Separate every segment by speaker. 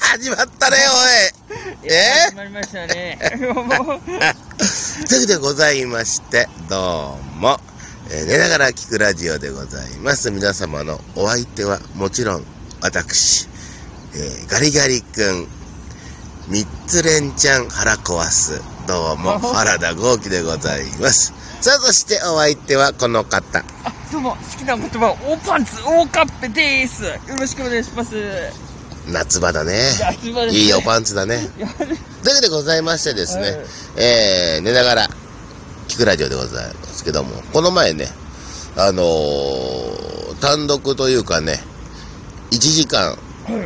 Speaker 1: 始まったね、おい。
Speaker 2: え
Speaker 1: え
Speaker 2: 始まりましたね。もう
Speaker 1: というわけでございまして、どうも。えー寝ながら聞くラジオでございます。皆様のお相手はもちろん私、えーガリガリ君、三つ連ちゃん腹壊す。どうも、原田豪輝でございます。さあ、そしてお相手はこの方。
Speaker 2: あ、どうも、好きな言葉は、オーパンツ、オーカッペです。よろしくお願いします。
Speaker 1: 夏場だね。
Speaker 2: 夏場ですね
Speaker 1: いいおパンツだね。
Speaker 2: いや
Speaker 1: というわけでございましてですね、
Speaker 2: はい
Speaker 1: えー、寝ながら聞くラジオでございますけども、この前ね、あのー単独というかね、1時間、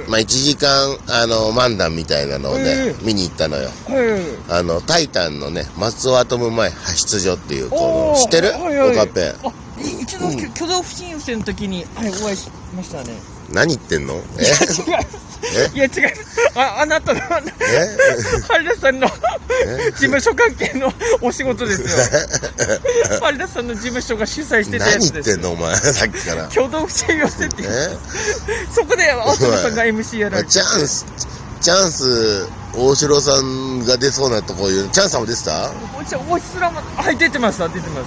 Speaker 1: まあ1時間、あのー漫談みたいなのをね、見に行ったのよ。
Speaker 2: はい。
Speaker 1: あの、タイタンのね、松尾アトム前派出所っていう、こ
Speaker 2: お
Speaker 1: の、
Speaker 2: ー
Speaker 1: 知ってる
Speaker 2: はいはい
Speaker 1: オカペン。
Speaker 2: あ、い一度、挙動不審者の時に、はい、お会いしましたね。
Speaker 1: 何言ってんのえ
Speaker 2: 違う。いや、違う。あ、あなたの、あな
Speaker 1: え
Speaker 2: 春田さんの事務所関係のお仕事で すよ。春田さんの事務所が主催してたや
Speaker 1: 何言
Speaker 2: つで
Speaker 1: って
Speaker 2: す
Speaker 1: ん。のお前、さっきから。
Speaker 2: 挙動不審寄せっていう
Speaker 1: え
Speaker 2: そこで、青野さんが MC やられて。
Speaker 1: チャンス、チャンス、大城さんが出そうなとこいう、チャンスさんも出てた
Speaker 2: おちゃおひすらも、はい、出てました、出てまし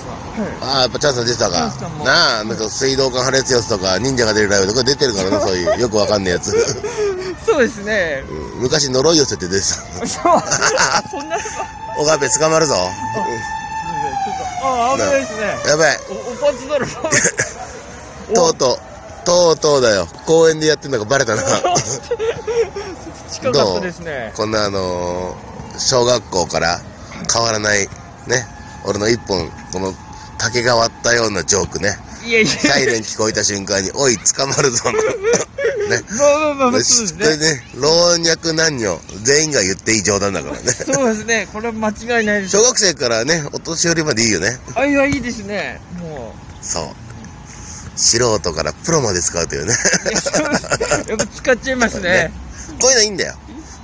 Speaker 2: た。は
Speaker 1: ああ、やっぱチャンスさん出てた
Speaker 2: チャ
Speaker 1: か
Speaker 2: ンスさん。も
Speaker 1: なあ、なんか水道管破裂やつとか、忍者が出るライブとか出てるからな、 そういう、よくわかんないやつ。
Speaker 2: い。そうですね。
Speaker 1: うん昔呪い寄せって出て
Speaker 2: そうそんな、ちょっ
Speaker 1: た。岡部捕まるぞ。
Speaker 2: と、ああ、危ないですね。
Speaker 1: やばい。
Speaker 2: お、おパンツなる。
Speaker 1: と
Speaker 2: お
Speaker 1: うとう、とうとうだよ。公園でやってんのがバレ たな。
Speaker 2: 近かったですね。
Speaker 1: こんなあのー小学校から変わらない、ね、俺の一本、この竹が割ったようなジョークね。
Speaker 2: いやいや、
Speaker 1: サイレン聞こえた瞬間に、おい、捕まるぞ。 ね。
Speaker 2: まあまあまあまあ、そう
Speaker 1: そ
Speaker 2: で
Speaker 1: れ
Speaker 2: すね。
Speaker 1: ね、老若男女、全員が言っていい冗談だからね。
Speaker 2: そうですね、これは間違いないです
Speaker 1: 小。学生からね、お年寄りまでいいよね。
Speaker 2: あ、いや、いいですね。もう。
Speaker 1: そう。素人からプロまで使うというね。
Speaker 2: いや、そうやっぱ使っちゃいますね。
Speaker 1: こういうのいいんだよ。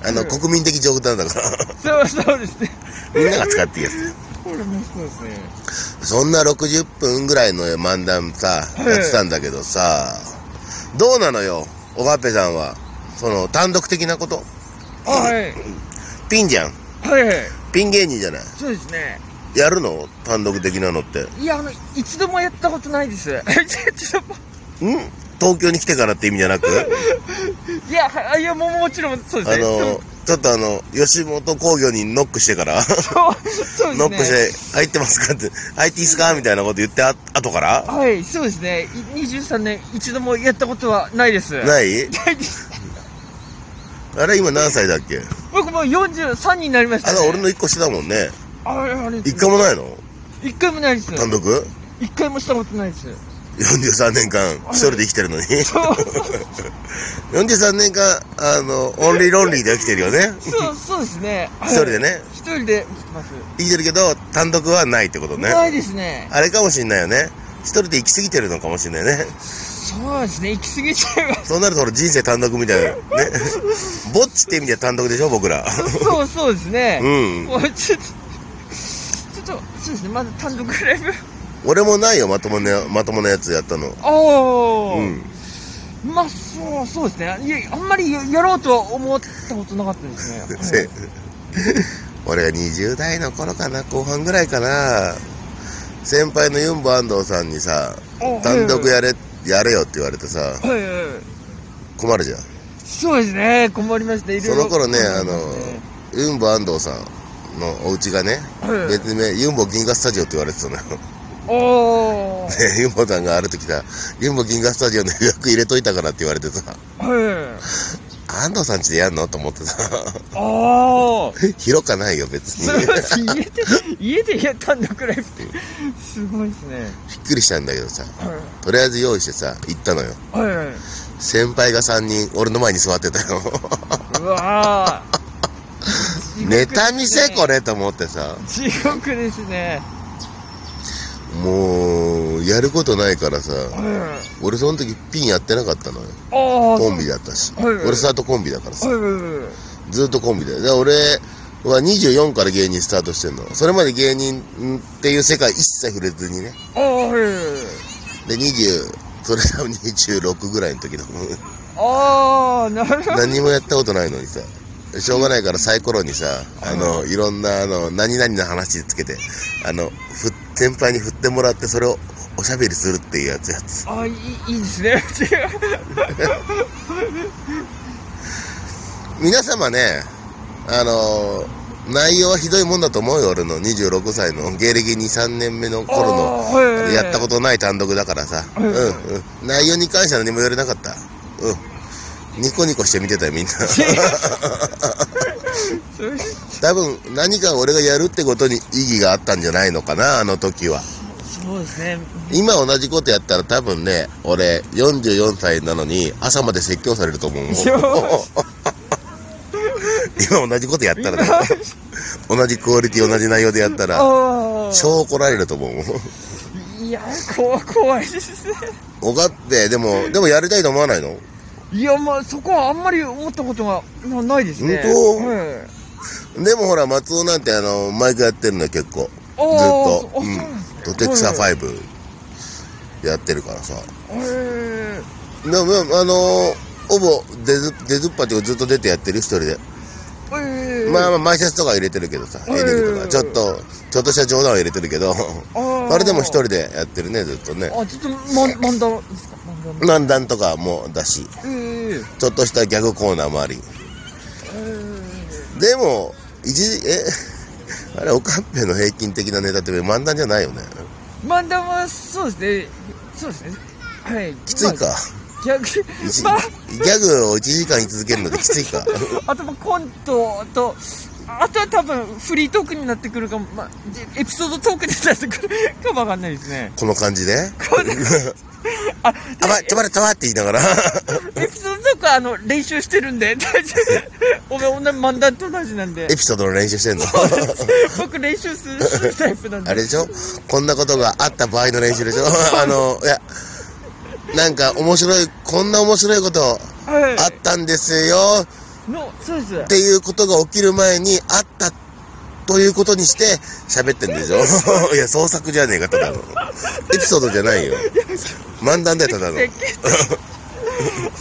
Speaker 1: あの、
Speaker 2: うん
Speaker 1: 国民的冗談だ から。
Speaker 2: そう、そうですね。
Speaker 1: みんなが使っていいや
Speaker 2: これもそうですね。
Speaker 1: つ。そんな60分ぐらいの漫談さ、やってたんだけどさ、どうなのよ、おばっぺさんは。その、単独的なこと。
Speaker 2: あ、はい。
Speaker 1: ピンじゃん。
Speaker 2: はいはい。
Speaker 1: ピン芸人じゃない。
Speaker 2: そうですね。
Speaker 1: やるの単独的なのって。
Speaker 2: いや、あの、一度もやったことないです。一度も
Speaker 1: ん東京に来てからって意味じゃな く
Speaker 2: いや、はいいや、もうもちろんそうで
Speaker 1: あ
Speaker 2: すね。で
Speaker 1: の
Speaker 2: も、
Speaker 1: ちょっとあの、吉本興業にノックしてから、
Speaker 2: そう、そうですね。
Speaker 1: ノックして、入ってますかって、入っていいっすかみたいなこと言ってあ、後から
Speaker 2: はい、そうですね。い23年、一度もやったことはないです。い。
Speaker 1: ない
Speaker 2: です。
Speaker 1: あれ今何歳だっけ
Speaker 2: 僕もう43になりまし
Speaker 1: あ
Speaker 2: た、
Speaker 1: の、
Speaker 2: ね。
Speaker 1: 俺の1個してたもんね。
Speaker 2: あれ、あれ。
Speaker 1: 1回もないの
Speaker 2: 一回もないです。
Speaker 1: 単独
Speaker 2: 一回もしたことないです。
Speaker 1: ?43 年間、一人で生きてるのに。
Speaker 2: そう、
Speaker 1: 43年間、あの、オンリーロンリーで生きてるよね。
Speaker 2: そう、そうですね。
Speaker 1: 一人で
Speaker 2: ね。
Speaker 1: ね。
Speaker 2: 一人で生きてます。
Speaker 1: 生きてるけど、単独はないってことね。
Speaker 2: ないですね。
Speaker 1: あれかもしんないよね。一人で行き過ぎてるのかもしんないね。
Speaker 2: そうですね。行き過ぎちゃいます。
Speaker 1: そうなると俺人生単独みたい な。ね。ぼっちって意味では単独でしょ、僕ら。
Speaker 2: そう、そうですね。
Speaker 1: うん。
Speaker 2: もうちょっと、ちょっと、そうですね、まだ単独ライブ。
Speaker 1: 俺もないよ、まともな、まともなやつやったの。
Speaker 2: お
Speaker 1: う
Speaker 2: ー、
Speaker 1: ん。
Speaker 2: まあ、そう、そうですね。いや、あんまりややろうとは思ったことなかったですね。
Speaker 1: せ俺が20代の頃かな、後半ぐらいかな。先輩のユンボ安藤さんにさ、
Speaker 2: お
Speaker 1: 単独やれ、やれよって言われてさ、
Speaker 2: はいはいはい。
Speaker 1: 困るじゃん。
Speaker 2: そうですね、困りました。いろ
Speaker 1: そ
Speaker 2: いろ
Speaker 1: の頃ね、あ
Speaker 2: 困
Speaker 1: の
Speaker 2: りましたね、
Speaker 1: ユンボ安藤さんのお家がね、
Speaker 2: はい
Speaker 1: 別名、ユンボ銀河スタジオって言われてたのよ。
Speaker 2: おー、
Speaker 1: で、ユンボさんがある時さ、ユンボ銀河スタジオの予約入れといたからって言われてさ、
Speaker 2: はい。
Speaker 1: 安藤さん家でやんのと思ってさ、
Speaker 2: あー、
Speaker 1: 広かないよ別
Speaker 2: すごい
Speaker 1: に。
Speaker 2: です家で、家でや単独ライブって、すごいですね。
Speaker 1: びっくりしたんだけどさ、
Speaker 2: は
Speaker 1: とりあえず用意してさ、行ったのよ。
Speaker 2: いはいはい。
Speaker 1: 先輩が3人、俺の前に座ってた よ。
Speaker 2: うわー。
Speaker 1: ネタ見せこ
Speaker 2: れ。
Speaker 1: れと思ってさ、
Speaker 2: 地獄ですね。
Speaker 1: もう、やることないからさ、
Speaker 2: はい。
Speaker 1: 俺その時ピンやってなかったのよ。
Speaker 2: ああ、
Speaker 1: コンビだったし。
Speaker 2: はいはい
Speaker 1: 俺スタートコンビだから
Speaker 2: そう。
Speaker 1: さ、
Speaker 2: はいはいはい。
Speaker 1: ずっとコンビだよ。で、俺は24から芸人スタートしてんの。それまで芸人っていう世界一切触れずにね。
Speaker 2: ああ、はいはいはい。
Speaker 1: で、20、それ多分26ぐらいの時だもん。
Speaker 2: ああなるほど
Speaker 1: 何もやったことないのにさ。しょうがないからサイコロにさ、あの、いろんな、あの、何々の話つけて、あの、ふ、先輩に振ってもらって、それをおしゃべりするっていうやつやつ。
Speaker 2: あーいいいいです ね
Speaker 1: 皆様ね、あのー内容はひどいもんだと思うよ、俺の26歳の芸歴2、3年目の頃の、
Speaker 2: あーはいはいはい
Speaker 1: やったことない単独だからさ、うん
Speaker 2: はいはいはい
Speaker 1: うん、内容に関しては何も言われなかった。うん。ニコニコして見てたよ、みん な。
Speaker 2: そ
Speaker 1: 多分、何か俺がやるってことに意義があったんじゃないのかな、あの時は。
Speaker 2: そうですね
Speaker 1: 今同じことやったら多分ね、俺44歳なのに朝まで説教されると思う。
Speaker 2: よ
Speaker 1: 今同じことやったらね、同じクオリティ、同じ内容でやったら、
Speaker 2: ああ
Speaker 1: 超怒られると思う。
Speaker 2: いや怖怖いですね
Speaker 1: 分かって、でも、でもやりたいと思わないの
Speaker 2: いやまあそこはあんまり思ったことがまあないですね
Speaker 1: 本当
Speaker 2: はい
Speaker 1: でもほら、松尾なんてあの、マイクやってるのよ、結構。ずっ
Speaker 2: あー
Speaker 1: と。
Speaker 2: あ
Speaker 1: う
Speaker 2: そうんなんですね。
Speaker 1: ドテクサ5やってるからさ。
Speaker 2: え
Speaker 1: でも、あの、ほぼ出ず、出ずっぱっていうかずっと出てやってる、一人で。
Speaker 2: えええ
Speaker 1: まあまあ、前説とか入れてるけどさ、エ
Speaker 2: うん
Speaker 1: ンディングとか。ちょっと、ちょっとした冗談を入れてるけど、
Speaker 2: あー
Speaker 1: あれでも一人でやってるね、ずっとね。
Speaker 2: あちょっとま漫談ですか漫談
Speaker 1: 漫談とかもだし、
Speaker 2: ええ
Speaker 1: ちょっとしたギャグコーナーもあり。
Speaker 2: え
Speaker 1: でも、一時、え、 あれ、おかっぺの平均的なネタって漫談じゃないよね。
Speaker 2: え漫談はそうですねそうですねはい
Speaker 1: きついか。
Speaker 2: まあ逆に
Speaker 1: 一
Speaker 2: まあ
Speaker 1: ギャグを1時間居続けるのってきついか。
Speaker 2: あとまあコントと、あとは多分フリートークになってくるかも、まあ、でエピソードトークになってくるかもわかんない です ね。
Speaker 1: この感じで。
Speaker 2: これあで
Speaker 1: あば、ちょばれ、たわって言いながら。
Speaker 2: エピソードトークはあの練習してるんで、大丈夫。お前、女漫談と同じなんで
Speaker 1: エ、ピソードの練習してんの。
Speaker 2: 僕練習するするタイプなんで。
Speaker 1: あれでしょこんなことがあった場合の練習 でしょあの、いや、なんか面白い、こんな面白いこと
Speaker 2: はい
Speaker 1: あったんですよ
Speaker 2: の、そうです。
Speaker 1: っていうことが起きる前にあったということにして喋ってんでしょ いや、創作じゃねえか、ただの。エピソードじゃないよ。漫談だよ、ただの。
Speaker 2: で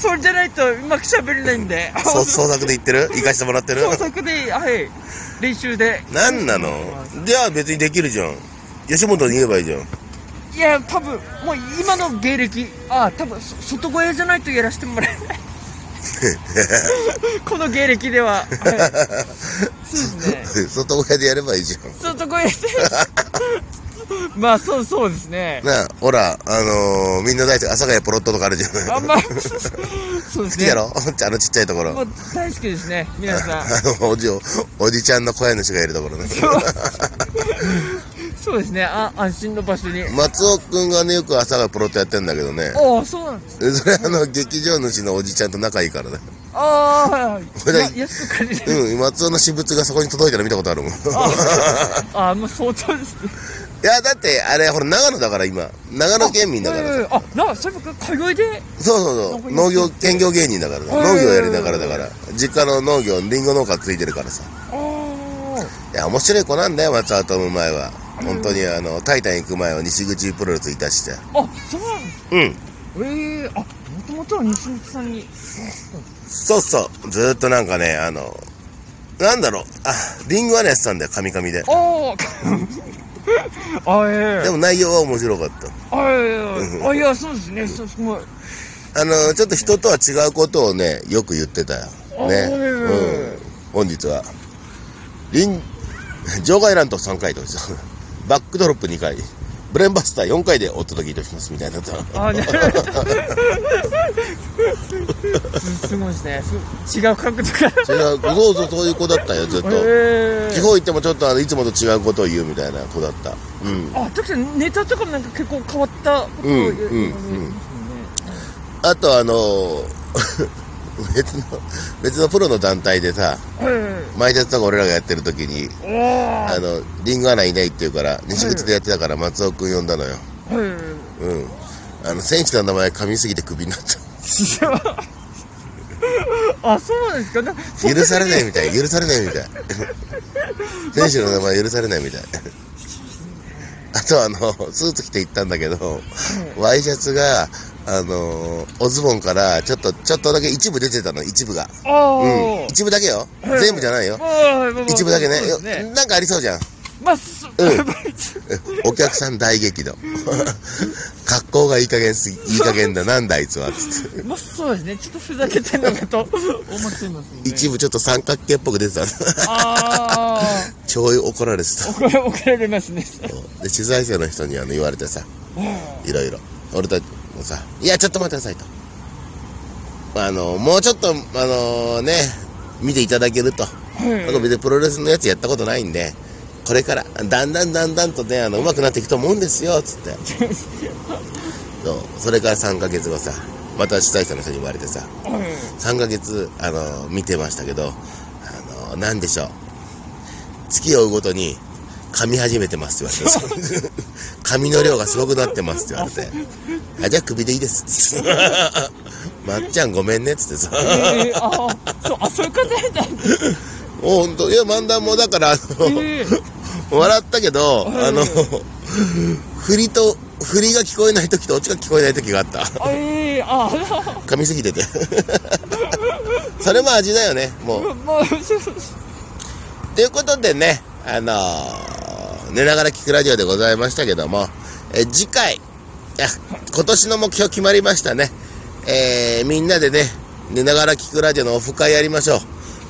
Speaker 2: それじゃないとうまく喋れないんで、
Speaker 1: そう創作で言ってる行かしてもらってる
Speaker 2: 創作で、はい、練習で。
Speaker 1: なんなのじゃあ別にできるじゃん。吉本に言えばいいじゃん。
Speaker 2: いや、多分もう今の芸歴、あ多分そ外小屋じゃないとやらせてもらえ ない。この芸歴では。はい、そうですね。
Speaker 1: 外親でやればいいじゃん。
Speaker 2: 外小屋で。まあ、そう、そうですね。
Speaker 1: なあ、ほら、あのーみんな大好き、阿佐ヶ谷ポロットとかあるじゃん。
Speaker 2: あ
Speaker 1: 好
Speaker 2: んま、そうです
Speaker 1: き
Speaker 2: ね。
Speaker 1: やろ あのちっちゃいところ。
Speaker 2: も
Speaker 1: あ
Speaker 2: う大好きですね、皆さん。
Speaker 1: の、おじお、おじちゃんの小屋主がいるところね。
Speaker 2: そうですね、あ安心の場所に。
Speaker 1: 松尾くんがね、よく阿佐ヶ谷ポロットやってんだけどね。
Speaker 2: ああ、そうなんです。
Speaker 1: それあの、劇場主のおじちゃんと仲いいからね。
Speaker 2: ああ、はい
Speaker 1: これ
Speaker 2: はいや。安く借りれる。
Speaker 1: うん、松尾の私物がそこに届いたの見たことあるもん。い
Speaker 2: ああ、もう相当ですね。
Speaker 1: や、だって、あれ、ほら、長野だから今。長野県民だから。
Speaker 2: うんあ、なんか、それか、通いで。
Speaker 1: そうそうそう。農業、兼業芸人だからさ。
Speaker 2: うん
Speaker 1: 農業やりながらだから。実家の農業、リンゴ農家ついてるからさ。
Speaker 2: ああ。
Speaker 1: いや、面白い子なんだよ、松尾とむ前は。本当に、あの、タイタン行く前は西口プロレスいたして。
Speaker 2: あ、そうなんですか。
Speaker 1: うん。
Speaker 2: ええあ、もともとは西本さんに。
Speaker 1: そうそう。ずーっとなんかね、あの、なんだろう。あ、リンゴはね、やってたんだよ、カミカミで。
Speaker 2: あ あ。あ、ええ
Speaker 1: でも内容は面白かった。
Speaker 2: あ、ええあ、いや、そうですね。そう、もう。
Speaker 1: あの、ちょっと人とは違うことをね、よく言ってたよ。
Speaker 2: あ
Speaker 1: ね。
Speaker 2: ー
Speaker 1: うん。本日は、リン、場外乱闘3回と、 バックドロップ2回、ブレーンバスター4回でお届けいたしますみたいなと。
Speaker 2: あ、 なるほど。すすごいですね。す違う角度から。
Speaker 1: それは、どうぞそういう子だったよ、ずっと。
Speaker 2: え
Speaker 1: 地方行ってもちょっとあのいつもと違うことを言うみたいな子だった。うん。
Speaker 2: あ、徳さん、ネタとかもなんか結構変わったことを言う。
Speaker 1: うんうんうん
Speaker 2: ね
Speaker 1: あとあの ー別の、別のプロの団体でさ、
Speaker 2: え
Speaker 1: 毎日とか俺らがやってる時に、
Speaker 2: えお
Speaker 1: あの、リンゴアナいないって言うから、西口でやってたから松尾くん呼んだのよ。
Speaker 2: お。え
Speaker 1: うん。あの、選手の名前噛みすぎてクビになった。
Speaker 2: えあ、そうなんですか。なそん
Speaker 1: 許
Speaker 2: な
Speaker 1: されないみたい。許されないみたい。選手の名前許されないみたい。あとあの、スーツ着て行ったんだけど、ワイシャツが、あのーおズボンから、ちょっと、ちょっとだけ一部出てたの、一部が。
Speaker 2: ああ、
Speaker 1: うん。一部だけよ。
Speaker 2: はい
Speaker 1: 全部じゃないよ。
Speaker 2: はいまあ
Speaker 1: 一部だけね
Speaker 2: そうです
Speaker 1: よなんかありそうじゃん。
Speaker 2: まあ、そ
Speaker 1: お客さん大激怒。格好がいい加減すぎ、いい加減だ。なんだあいつは。つって
Speaker 2: まあ、そうですね。ちょっとふざけてんのかと思ってますね。
Speaker 1: 一部ちょっと三角形っぽく出てたの。
Speaker 2: あ
Speaker 1: ちょい怒られて
Speaker 2: あ、
Speaker 1: た。
Speaker 2: 怒ら怒られますね。
Speaker 1: で、取材生の人にあの言われてさ、いろいろ。俺たちもさ、いや、ちょっと待ってくださいと。あの、もうちょっと、あのね、見ていただけると。
Speaker 2: はい
Speaker 1: あの別にプロレスのやつやったことないんで、これから、だんだんだんだんとね、あの、上手くなっていくと思うんですよ、つって。そうそれから3ヶ月後さ、また主催者の人に言われてさ、3ヶ月、あの、見てましたけど、あの、なんでしょう。月を追うごとに、噛み始めてますって言われてさ、髪の量がすごくなってますって言われて、あ、じゃあ首でいいです。 まっちゃんごめんね、つってさ。
Speaker 2: ええああ、そう、あ、そういう方やったんです
Speaker 1: もうほんと、いや、漫談もだから、あの、
Speaker 2: ね。
Speaker 1: 笑ったけど、
Speaker 2: はい
Speaker 1: あの、振りと、振りが聞こえない時とオチが聞こえない時があった。
Speaker 2: あええああ、
Speaker 1: 噛みすぎてて。 それも味だよね、もう。
Speaker 2: もう、そうそう。
Speaker 1: ということでね、あのー寝ながら聞くラジオでございましたけども、え次回、いや、今年の目標決まりましたね。えーみんなでね、寝ながら聞くラジオのオフ会やりましょう。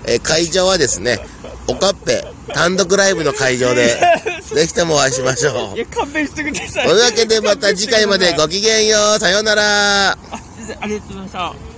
Speaker 1: えー会場はですね、おかっぺ単独ライブの会場 で、ぜひともお会いしましょう
Speaker 2: い。や、勘弁してください。
Speaker 1: というわけでまた次回までごきげんよう。さようなら。
Speaker 2: あ、先生ありがとうございました。